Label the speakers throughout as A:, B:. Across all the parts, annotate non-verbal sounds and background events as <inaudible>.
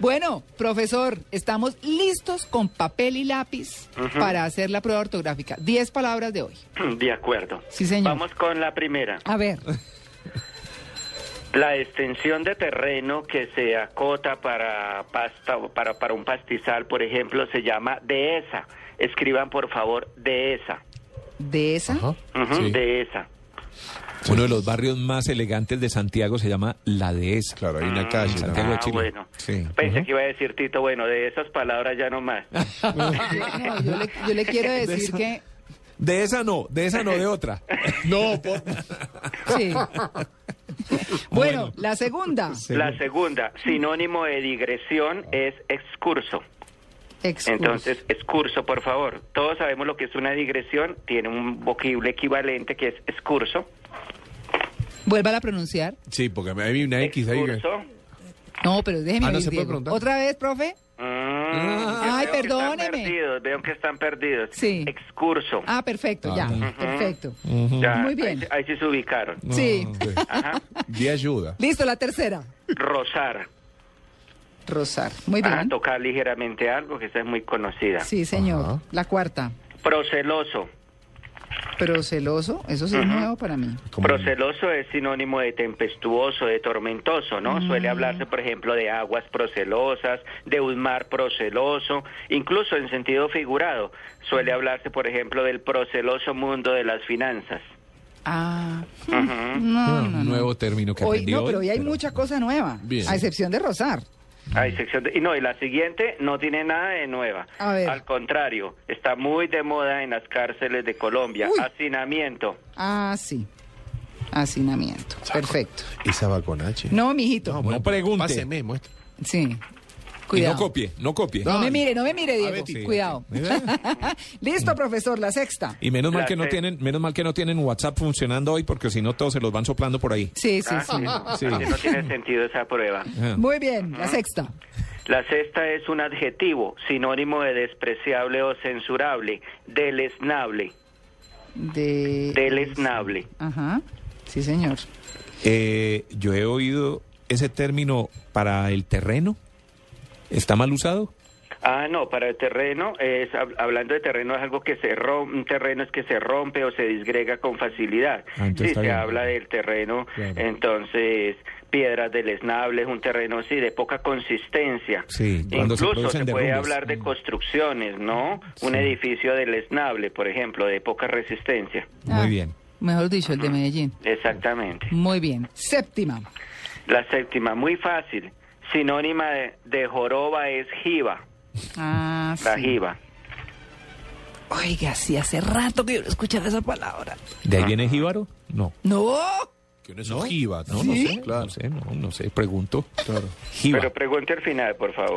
A: Bueno, profesor, estamos listos con papel y lápiz
B: Ujú.
A: para hacer la prueba ortográfica. Diez palabras de hoy.
B: <clears throat> De acuerdo.
A: Sí, señor.
B: Vamos con la primera.
A: A ver,
B: La extensión de terreno que se acota para pasta o para para un pastizal, por ejemplo, se llama dehesa. Escriban por favor dehesa.
A: de esa.
C: Ajá,
B: Ujú,
C: sí.
B: Dehesa.
D: Uno de los barrios más elegantes de Santiago se llama La Dehesa.
C: Claro, hay una calle. ¿no?
D: Santiago de
B: Ah,
D: Chile.
B: bueno.
C: Sí.
B: Pensé que iba a decir Tito, bueno, de esas palabras ya no más.
A: <laughs> No, yo, le, yo le
C: <laughs>
A: quiero decir que.
D: De esa no, de esa no, de otra.
B: <laughs>
C: No, por- <laughs>
A: Sí. Bueno, la segunda.
B: La segunda, sinónimo de digresión es excurso.
A: Excurso.
B: Entonces, excurso, por favor. Todos sabemos lo que es una digresión, tiene un vocablo equivalente que es excurso.
A: Vuelva a pronunciar.
C: sí, porque hay una X
D: eh.
C: ahí. que-
B: Excurso.
A: No, pero déjeme
C: Ah, ¿no
A: oír,
C: se puede
A: Diego.
C: preguntar?
A: ¿Otra vez, profe?
B: Mm,
A: Ay,
B: veo que están
A: perdóneme.
B: perdidos, veo que están perdidos.
A: Sí.
B: Excurso.
A: Ah, perfecto, ya. Perfecto.
B: Ya,
A: Muy
B: Ahí,
A: bien.
B: se- ahí sí
A: <laughs>
B: se ubicaron.
A: Sí.
C: Sí.
B: Ajá.
C: De ayuda.
A: Listo, la tercera.
B: Rosar.
A: Rosar. Muy
C: Ah,
B: Ajá,
A: bien.
B: tocar ligeramente algo, que esa es muy conocida.
A: Sí, señor.
C: Ajá.
A: La cuarta.
B: Proceloso.
A: Proceloso. Eso sí es nuevo para mí.
C: Como-
B: Proceloso es sinónimo de tempestuoso, de tormentoso, ¿no?
A: Mm.
B: Suele hablarse, por ejemplo, de aguas procelosas, de un mar proceloso, incluso en sentido figurado, suele hablarse, por ejemplo, del proceloso mundo de las finanzas.
A: Ah.
B: Ujú.
A: No, no, no.
D: Nuevo término que
A: Hoy,
D: aprendí
A: no, pero hoy hay
D: pero-
A: mucha cosa nueva.
C: Bien.
A: A excepción de Rosar.
B: A excepción de- y no, y la siguiente no tiene nada de nueva.
A: A ver.
B: Al contrario, está muy de moda en las cárceles de Colombia.
A: Uy.
B: Hacinamiento.
A: Ah, sí. Hacinamiento. Perfecto.
C: Esa va con H.
A: No, mijito.
D: bueno, pregunte.
C: Páseme, muestra.
A: Sí.
D: Y no
A: Cuidado.
D: copie, no copie.
A: No me mire, no me mire, Diego.
C: Betty.
D: <laughs>
A: Cuidado. <laughs> Listo, profesor, la sexta.
D: Y menos mal
B: La
D: que no
B: te-
D: tienen, menos mal que no tienen WhatsApp funcionando hoy, porque si no todos se los van soplando por ahí.
A: Sí, sí,
B: Ah,
A: sí.
D: Sí.
B: así no tiene sentido esa prueba.
D: Ah.
A: Muy bien, la sexta.
B: La sexta es un adjetivo, sinónimo de despreciable o censurable, deleznable,
A: De...
B: deleznable.
A: Ajá. Sí, señor.
D: Eh, yo he oído ese término para el terreno. ¿Está mal usado?
B: Ah, no, para el terreno, es, hab- hablando de terreno, es algo que se rompe, un terreno es que se rompe o se disgrega con facilidad.
D: Ah, entonces
B: si
D: está
B: se
D: bien.
B: habla del terreno,
D: Claro.
B: entonces piedras deleznables, un terreno sí de poca consistencia.
D: Sí, cuando se
B: Incluso se,
D: producen
B: puede
D: derrumbes.
B: hablar de
D: Mm.
B: construcciones, ¿no? Un
D: Sí.
B: edificio deleznable, por ejemplo, de poca resistencia.
A: Ah,
D: Muy bien.
A: Mejor dicho, el de Medellín.
B: Exactamente.
A: Muy bien. Séptima.
B: La séptima, muy fácil. Sinónima de, de joroba es jiba,
A: Ah,
B: la
A: sí.
B: jiba.
A: Oiga, sí, hace rato que yo no escuchaba esa palabra.
D: ¿De
C: Ah.
D: ahí viene Jíbaro? No.
A: No.
C: Que uno es ojiva,
D: No, no
C: ¿no? No
D: sé.
C: sé, claro.
D: No sé, no, no sé. Pregunto.
C: Claro.
D: Jíbaro.
B: Pero pregunte al final, por favor.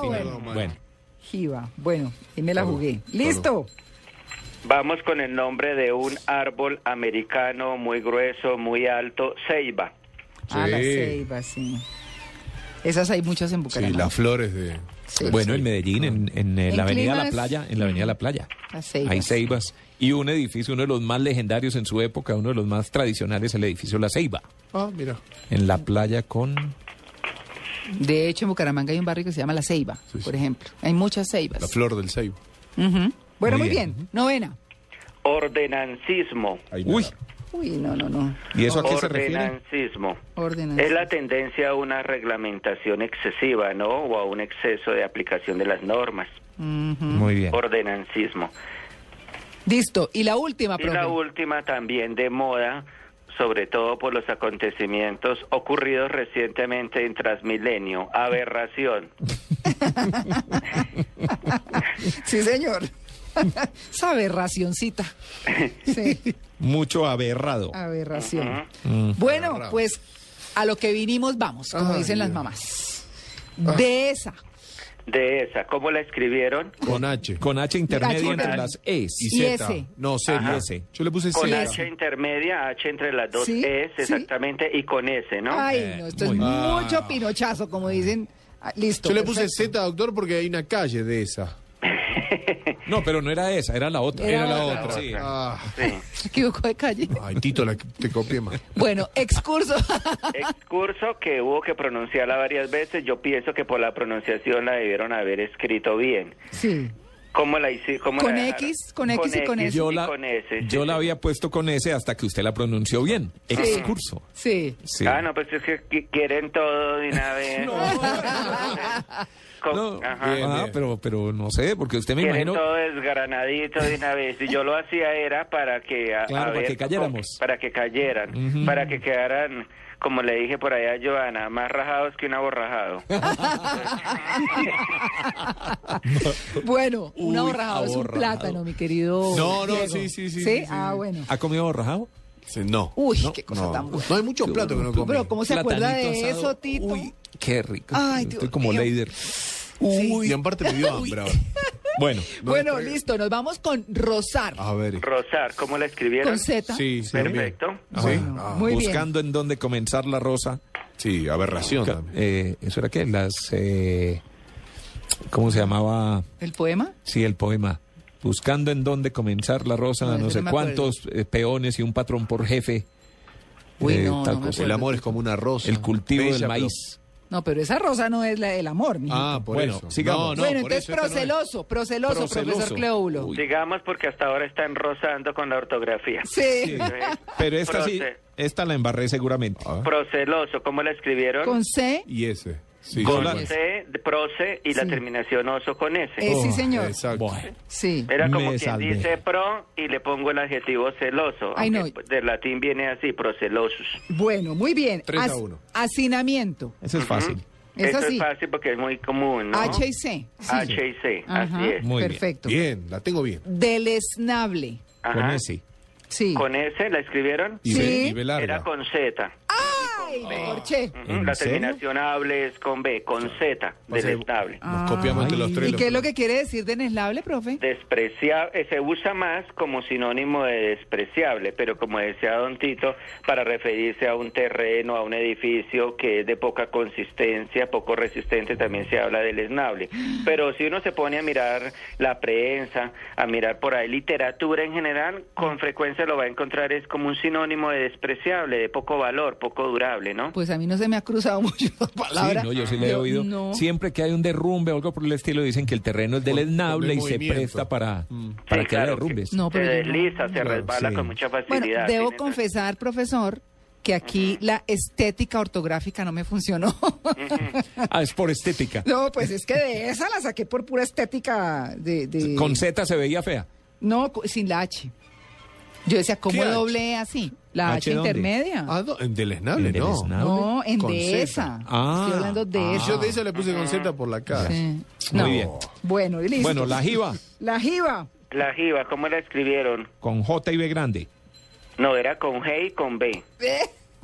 A: Ah,
D: bueno, al final.
C: bueno.
D: bueno.
A: Jiva. Bueno, y me la
C: Toro,
A: jugué.
C: toro.
A: Listo.
B: Vamos con el nombre de un árbol americano muy grueso, muy alto, ceiba.
A: Ah, la
C: Sí.
A: ceiba, sí. Esas hay muchas en
C: Sí,
A: Bucaramanga.
C: las flores de.
A: Sí.
D: Bueno, en Medellín, en, en, eh,
A: En
D: la Avenida La
A: climas-
D: Playa, en la Avenida La Playa.
A: Las ceibas.
D: Hay ceibas. Y un edificio, uno de los más legendarios en su época, uno de los más tradicionales, el edificio La Ceiba.
C: Ah, mira.
D: En la playa con...
A: De hecho, en Bucaramanga hay un barrio que se llama La Ceiba,
C: Sí, sí.
A: por ejemplo. Hay muchas ceibas.
C: La flor del ceibo.
A: Ujú. Bueno, muy,
D: Muy
A: bien.
D: bien.
A: Novena.
B: Ordenancismo.
C: Ahí me
D: Uy,
C: agarro.
A: Uy, no, no, no.
D: ¿y eso a qué se refiere?
B: Ordenancismo.
A: Ordenanza.
B: Es la tendencia a una reglamentación excesiva, ¿no? O a un exceso de aplicación de las normas.
A: Ujú.
D: Muy bien.
B: Ordenancismo.
A: Listo. Y la
D: Ah,
A: última,
B: Y
A: profe.
B: la última también de moda, sobre todo por los acontecimientos ocurridos recientemente en Transmilenio, aberración.
A: <laughs> Sí, señor. Esa
B: <laughs>
A: aberracioncita. Sí,
D: Mucho aberrado.
A: aberración.
D: Mm.
A: Bueno, pues a lo que vinimos vamos, como
C: Ay,
A: dicen las
C: Dios. Ah.
A: mamás. De esa.
B: De esa, ¿cómo la escribieron?
C: Con H.
D: Con H
A: H
D: intermedio
A: intermedio.
D: entre las Es.
C: Y
A: Y
C: Z.
A: ese.
C: No, Z.
B: Ajá.
C: ese. Yo le puse
B: Con
A: Sí,
C: Z.
A: ese.
B: H intermedia, H entre las dos
A: Sí,
B: es,
A: sí.
B: exactamente, y con S, ¿no?
A: Ay,
D: Eh,
A: no, esto es
D: muy bien.
A: mucho pinochazo, como dicen. Ah, Listo.
C: Yo le puse
A: perfecto. <laughs>
C: Z, doctor, porque hay una calle de esa.
D: No, pero no era esa, era la otra.
A: Era
C: Era la
A: otra.
C: otra.
D: Sí.
C: Ah,
A: <laughs>
B: Sí.
A: Se equivocó de
C: <laughs>
A: calle.
C: Ay, Tito, la, te copié más.
A: Bueno, excurso.
C: <laughs>
B: Excurso que hubo que pronunciarla varias veces. Yo pienso que por la pronunciación la debieron haber escrito bien.
A: sí.
B: ¿Cómo la hice? cómo
A: Con
B: la dejaron?
A: X, con X y con S.
D: Yo la,
B: con S, sí,
D: yo la
B: sí.
D: había puesto con S hasta que usted la pronunció bien. Excurso.
C: <laughs>
A: Sí.
D: Sí.
B: Ah, no, pues es que qui- quieren todo de
D: <laughs>
A: <laughs>
B: una vez. <laughs> Con-
D: No,
B: pues, ajá.
D: bien, ah,
C: bien.
D: pero, pero no sé, porque usted me
B: Quieren
D: imagino...
B: todo desgranadito de una vez. Y yo lo hacía era para que... a-
D: Claro,
B: a
D: para
B: ver,
D: que cayéramos.
B: Para que cayeran.
D: Ujú.
B: Para que quedaran, como le dije por allá a Joana, más rajados que un aborrajado.
A: Bueno, un
D: Uy,
A: ahorrado es un
D: ahorrado.
A: plátano, mi querido.
C: No, no,
A: Diego.
C: sí, sí, sí,
A: Sí,
C: sí, sí.
A: ah, bueno.
D: ¿Ha comido borrajado?
C: Sí, No.
A: Uy,
C: no,
A: qué cosa
C: no.
A: tan buena.
C: No hay muchos platos que no comí.
A: Pero, ¿cómo se acuerda de eso, Tito?
D: Uy, qué rico.
A: Ay,
D: Estoy
A: Dios
D: como
A: mío.
D: líder.
C: Uy, y en parte me dio hambre ahora.
D: Bueno,
A: <laughs> bueno,
C: traigo.
A: listo, nos vamos con Rosar,
C: A ver.
B: Rosar, ¿cómo la escribieron?
A: con Z.
C: Ah. Sí, sí.
B: Perfecto.
C: Sí.
A: Bueno,
C: Ah,
A: muy bien.
D: buscando en dónde comenzar la rosa.
C: Sí, aberración también.
D: Eh, ¿Eso era qué? Las... eh, ¿Cómo se llamaba?
A: ¿El poema?
D: Sí, el poema. Buscando en dónde comenzar la rosa,
A: No,
D: no,
A: ese
D: sé
A: no me
D: cuántos eh, peones y un patrón por jefe.
A: Uy,
D: Eh,
A: no,
D: tal
A: no me
D: cosa.
C: El
A: acuerdo.
C: amor es como una rosa.
D: El cultivo
C: Bella,
D: del
C: pero-
D: maíz.
A: No, pero esa rosa no es la del amor, mijo.
C: Ah, por
D: Bueno,
C: eso.
D: sigamos.
C: No, no,
A: bueno,
C: por
A: entonces
C: eso esta no es.
A: proceloso, proceloso, profesor
D: Proceloso.
A: Cleóbulo.
D: Uy.
B: Digamos porque hasta ahora están rozando con la ortografía.
A: Sí,
B: Entonces,
D: Pero esta sí,
B: proce-
D: esta la embarré seguramente.
C: Ah,
B: Proceloso, ¿cómo la
A: <laughs>
B: escribieron?
A: con C,
C: Y ese. Sí,
D: Con
C: sí,
D: la-
C: bueno.
B: C, de proce y la
A: Sí.
B: terminación oso con S.
A: eh, sí
D: Oh,
A: señor,
C: Exacto.
D: Bueno,
A: sí.
B: Era como
D: Me
B: quien
D: salvé.
B: dice pro y le pongo el adjetivo celoso.
A: Ay,
B: aunque
A: no.
B: Del latín viene así, procelosos.
A: Bueno, muy bien.
C: Tres a
A: As-
C: uno.
A: hacinamiento,
D: eso es fácil.
A: Es
B: Eso
A: así.
B: es fácil porque es muy común, ¿no?
A: H y C. sí.
B: H y C,
A: Ajá,
B: así es.
D: Muy bien.
A: perfecto.
C: Bien, la tengo bien.
A: Deleznable,
B: Ajá.
D: Con ese.
A: sí.
B: Con S la escribieron.
C: Y,
A: Sí.
C: ve- y ve larga.
B: Era con Z.
A: ¡Ay,
C: Ah.
A: corché!
B: Ujú,
D: ¿En
B: La
D: serio?
B: terminación hable es con B, con Z,
C: O sea,
B: del estable.
A: Ah.
C: Nos copiamos entre los tres.
A: ¿Y
C: los-
A: qué es lo que quiere decir denesnable, profe?
B: despreciable, eh, se usa más como sinónimo de despreciable, pero como decía don Tito, para referirse a un terreno, a un edificio que es de poca consistencia, poco resistente, también se habla del esnable. Pero si uno se pone a mirar la prensa, a mirar por ahí literatura en general, con frecuencia lo va a encontrar es como un sinónimo de despreciable, de poco valor, poco durable, ¿no?
A: Pues a mí no se me ha cruzado <laughs> mucho la palabra.
D: Sí, no, yo sí le he oído.
A: no.
D: Siempre que hay un derrumbe o algo por el estilo, dicen que el terreno es deleznable y se
C: movimiento.
D: presta para, para
B: Sí,
D: que haya
B: claro,
D: derrumbes.
A: No,
B: se
A: pero yo no-
B: desliza, se
D: Claro,
B: resbala
D: sí.
B: con mucha
A: Bueno,
B: facilidad.
A: debo
B: Tiene-
A: confesar, profesor, que aquí la estética ortográfica no me funcionó.
D: Ah, es por estética.
A: <laughs> no, pues es que de esa la saqué por pura estética de... de-
D: Con Z se veía fea.
A: No, co- sin la H. Yo decía, ¿cómo
C: ¿Qué
A: doble así? La H,
D: ¿H dónde?
A: intermedia.
C: Ah, no, en Deleznable,
D: En
C: no.
D: Deleznable.
A: no, en
C: Con
A: de
C: Z.
A: esa.
D: Ah.
A: Estoy hablando de
D: Ah.
A: esa.
C: Yo de esa le puse con Z por la cara.
A: Sí.
D: Muy
A: No.
D: bien.
A: Bueno, y listo.
D: Bueno, la jiba
A: <laughs> La jiba.
B: La jiba, ¿cómo la escribieron?
D: con J y B grande.
B: No, era con G y con B.
A: Eh,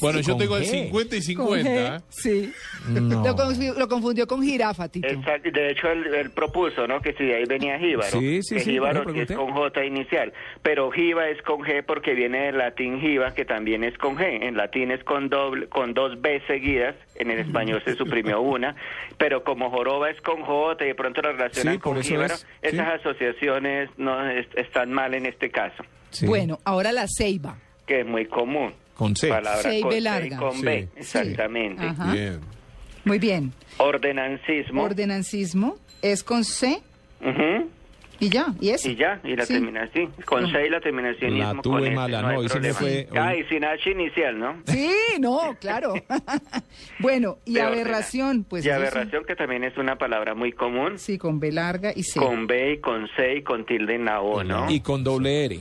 C: Bueno,
D: Sí,
C: yo
D: con
C: tengo el
D: G.
C: 50 y ¿eh?
A: con
C: 50.
A: G, Sí.
D: ¿eh? No.
A: Lo, confu- lo confundió con jirafa, Tito.
B: Exacto, de hecho, él, él propuso, ¿no? Que si de ahí venía Jíbaro.
D: Sí, sí,
B: que
D: sí,
B: Jíbaro
D: yo lo
B: que es
D: pregunté.
B: con J inicial. Pero Jiba es con G porque viene del latín Jiba, que también es con G. En latín es con, doble, con dos B seguidas. En el español se suprimió una. Pero como joroba es con J y de pronto la relacionan
D: Sí, por
B: con
D: eso
B: Jíbaro,
D: es, sí.
B: esas asociaciones no es- están mal en este caso,
D: Sí.
A: Bueno, ahora la ceiba.
B: que es muy común.
D: Con C.
B: Palabra
A: C y
B: con
A: B
B: C y
A: larga.
B: con
C: Sí.
B: B,
C: Sí.
B: exactamente.
A: Ajá.
C: Bien.
A: Muy bien.
B: Ordenancismo.
A: Ordenancismo es con C
B: Ujú.
A: y ya. ¿Y es?
B: Y ya, y la
A: Sí.
B: terminación. Con
A: No.
B: C y la terminación
D: La
B: ismo,
D: tuve
B: con S,
D: mala,
B: hay
D: no, y sí me
B: problema.
D: fue-
B: Ah, y sin H inicial, ¿no?
A: Sí, no,
B: <laughs>
A: claro. bueno, y
B: De
A: aberración,
B: ordenar.
A: pues.
B: Y
A: eso sí.
B: aberración, que también es una palabra muy común,
A: Sí, con B larga y C.
B: con B y con C y con tilde en la O, ¿no?
D: Y con doble R.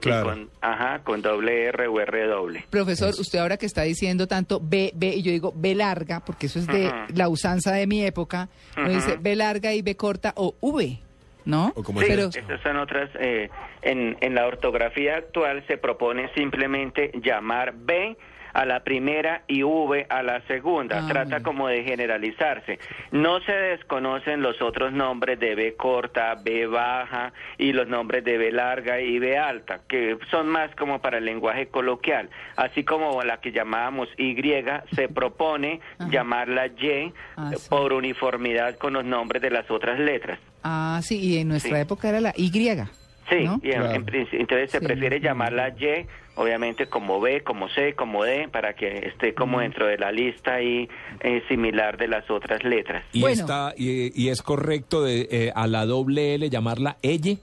C: Claro.
B: Y con- ajá, con doble R o R doble.
A: Profesor, usted ahora que está diciendo tanto B, B, y yo digo B larga, porque eso es de
B: Ajá.
A: la usanza de mi época, uno dice B larga y B corta o V, ¿no?
C: O como
B: Sí,
A: Pero,
B: estas son otras. eh, en, en la ortografía actual se propone simplemente llamar B a la primera y V a la segunda.
A: Ah,
B: Trata
A: bueno.
B: como de generalizarse. No se desconocen los otros nombres de B corta, B baja y los nombres de B larga y B alta, que son más como para el lenguaje coloquial. Así como la que llamábamos Y, se propone
A: Ajá.
B: llamarla Y
A: Ah, sí.
B: por uniformidad con los nombres de las otras letras.
A: Ah, sí, y en nuestra
B: Sí.
A: época era la Y.
B: Sí,
A: ¿no?
B: y en-
C: Claro.
B: en princi- entonces se
A: Sí.
B: prefiere llamarla Y, obviamente como B, como C, como D, para que esté como dentro de la lista ahí eh, similar de las otras letras.
D: Y,
A: Bueno.
D: está, y, y es correcto de, eh, a la doble L llamarla L.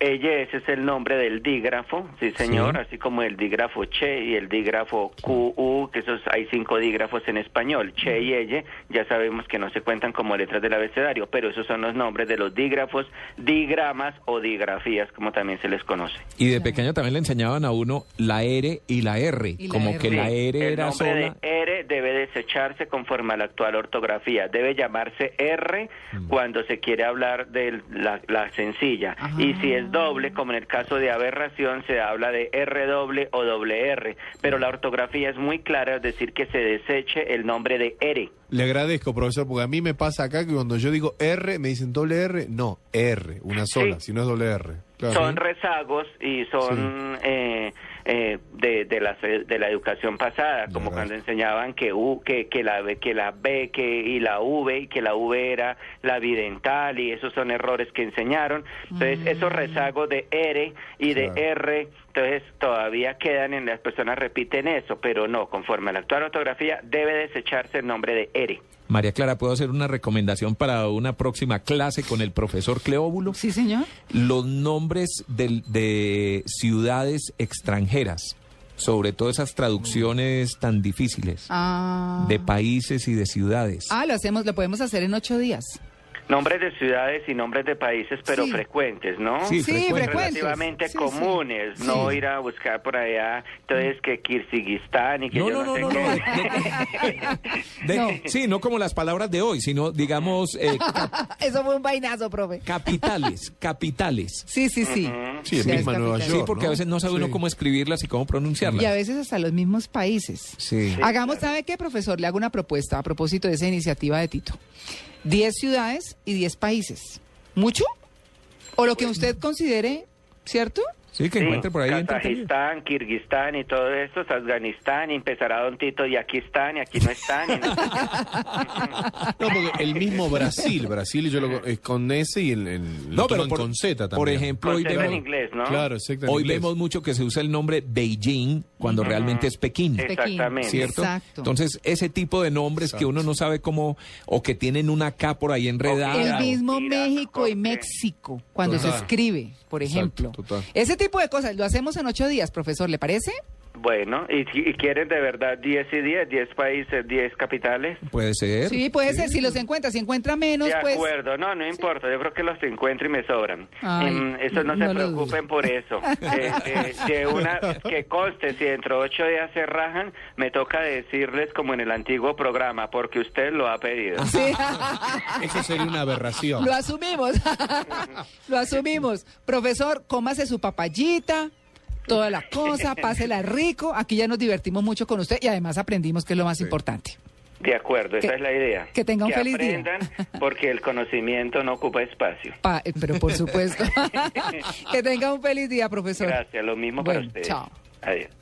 B: Ella, ese es el nombre del dígrafo, sí señor,
D: Sí.
B: así como el dígrafo Che y el dígrafo QU, que esos hay cinco dígrafos en español, Che y Elle, ya sabemos que no se cuentan como letras del abecedario, pero esos son los nombres de los dígrafos, digramas o digrafías, como también se les conoce.
D: Y de pequeño también le enseñaban a uno la R y la R.
A: Y la
D: como
A: R.
D: que la
B: Sí,
D: R
B: el
D: era
B: nombre
D: sola.
B: de R debe desecharse conforme a la actual ortografía. Debe llamarse R
D: Mm.
B: cuando se quiere hablar de la, la sencilla.
A: Ah.
B: Y si es doble, como en el caso de aberración, se habla de R doble o doble R. Pero la ortografía es muy clara, es decir, que se deseche el nombre de R.
C: Le agradezco, profesor, porque a mí me pasa acá que cuando yo digo R, me dicen doble R. No, R, una sola, si no es doble R. Claro.
B: Son rezagos y son eh, eh, de, de, la, de la educación pasada, como
C: Verdad.
B: cuando enseñaban que U, que, que la B- que la B que, y la V y que la V era la bidental y esos son errores que enseñaron. Entonces esos rezagos de R y de
C: Claro.
B: R, entonces todavía quedan en las personas repiten eso, pero no, conforme a la actual ortografía debe desecharse el nombre de R.
D: María Clara, ¿puedo hacer una recomendación para una próxima clase con el profesor Cleóbulo?
A: Sí, señor.
D: Los nombres del- de ciudades extranjeras, sobre todo esas traducciones tan difíciles,
A: Ah.
D: de países y de ciudades.
A: Ah, lo hacemos, lo podemos hacer en ocho días.
B: Nombres de ciudades y nombres de países, pero
A: Sí.
B: frecuentes, ¿no?
D: Sí, frecuentes.
B: relativamente
A: Sí, sí.
B: comunes,
A: Sí.
B: no ir a buscar por allá, entonces que Kirguistán y que
D: No,
B: yo
D: no,
B: no,
D: no,
B: sé
D: no, no.
B: qué.
D: De-
A: <laughs> No.
D: Sí, no como las palabras de hoy, sino digamos eh, cap-
A: <laughs> Eso fue un vainazo, profe.
D: capitales, capitales.
A: Sí, sí, sí.
B: Mm,
C: Sí, es
A: Ya
C: misma Nueva
A: capital.
D: Sí,
C: York.
D: porque a
C: ¿no?
D: veces no sabe uno
C: Sí.
D: cómo escribirlas y cómo pronunciarlas.
A: Y a veces hasta los mismos países.
D: Sí.
A: Hagamos, ¿sabe qué, profesor? Le hago una propuesta a propósito de esa iniciativa de Tito. Diez ciudades y diez países. ¿Mucho? O lo que usted considere, ¿cierto?
D: Sí, que
B: Sí,
D: encuentre por ahí. entretenido.
B: Kazajistán, Kirguistán y todo esto, Afganistán, y empezará Don Tito y aquí están y aquí no están. y no sé
D: <laughs>
C: No, porque el mismo Brasil, Brasil yo lo es con S y el, el
D: No,
C: otro
D: pero
C: en-
D: por-
C: con Z también.
D: por ejemplo,
B: qué.
D: hoy
B: Con cero en
D: vemos-
B: inglés, ¿no?
C: Claro, exactamente.
D: Hoy vemos mucho que se usa el nombre Beijing cuando realmente es Pekín.
B: Sí. Exactamente.
D: ¿Cierto?
A: Exacto.
D: Entonces, ese tipo de nombres que
C: Exacto.
D: uno no sabe cómo, o que tienen una K por ahí enredada.
A: el
B: Claro.
D: o-
A: mismo
B: Mira,
A: México y
B: Jorge.
A: México, cuando se
C: Total.
A: escribe, por
C: Exacto,
A: ejemplo.
C: total.
A: Ese tipo de cosas lo hacemos en ocho días, profesor, ¿le parece?
B: Bueno, y, y quieren de verdad 10 y 10, 10 países, 10 capitales.
D: Puede ser.
A: Sí, puede ser. Si los encuentra, si encuentra menos,
B: De
A: pues.
B: acuerdo, no, no importa, yo creo que los encuentro y me sobran.
A: Ay,
B: Em, eso no,
A: no
B: se
A: lo dudo.
B: preocupen por
A: <laughs>
B: eso. Eh, eh, de una, que conste, si dentro de ocho días se rajan, me toca decirles como en el antiguo programa, porque usted lo ha pedido.
A: Ah, Sí.
C: Eso sería una aberración.
A: Lo asumimos. <laughs> lo asumimos. Profesor, cómase su papayita, toda la
B: <laughs>
A: cosa, pásela rico. Aquí ya nos divertimos mucho con usted y además aprendimos que es lo más importante.
B: De acuerdo, esa
A: Que-
B: es la idea.
A: que tenga un feliz día.
B: aprendan, porque el conocimiento no ocupa espacio.
A: Pa- eh, pero por
B: <laughs>
A: supuesto. <laughs> que tenga un feliz día, profesor.
B: Gracias, lo mismo para
A: Bueno,
B: ustedes.
A: chao.
B: Adiós.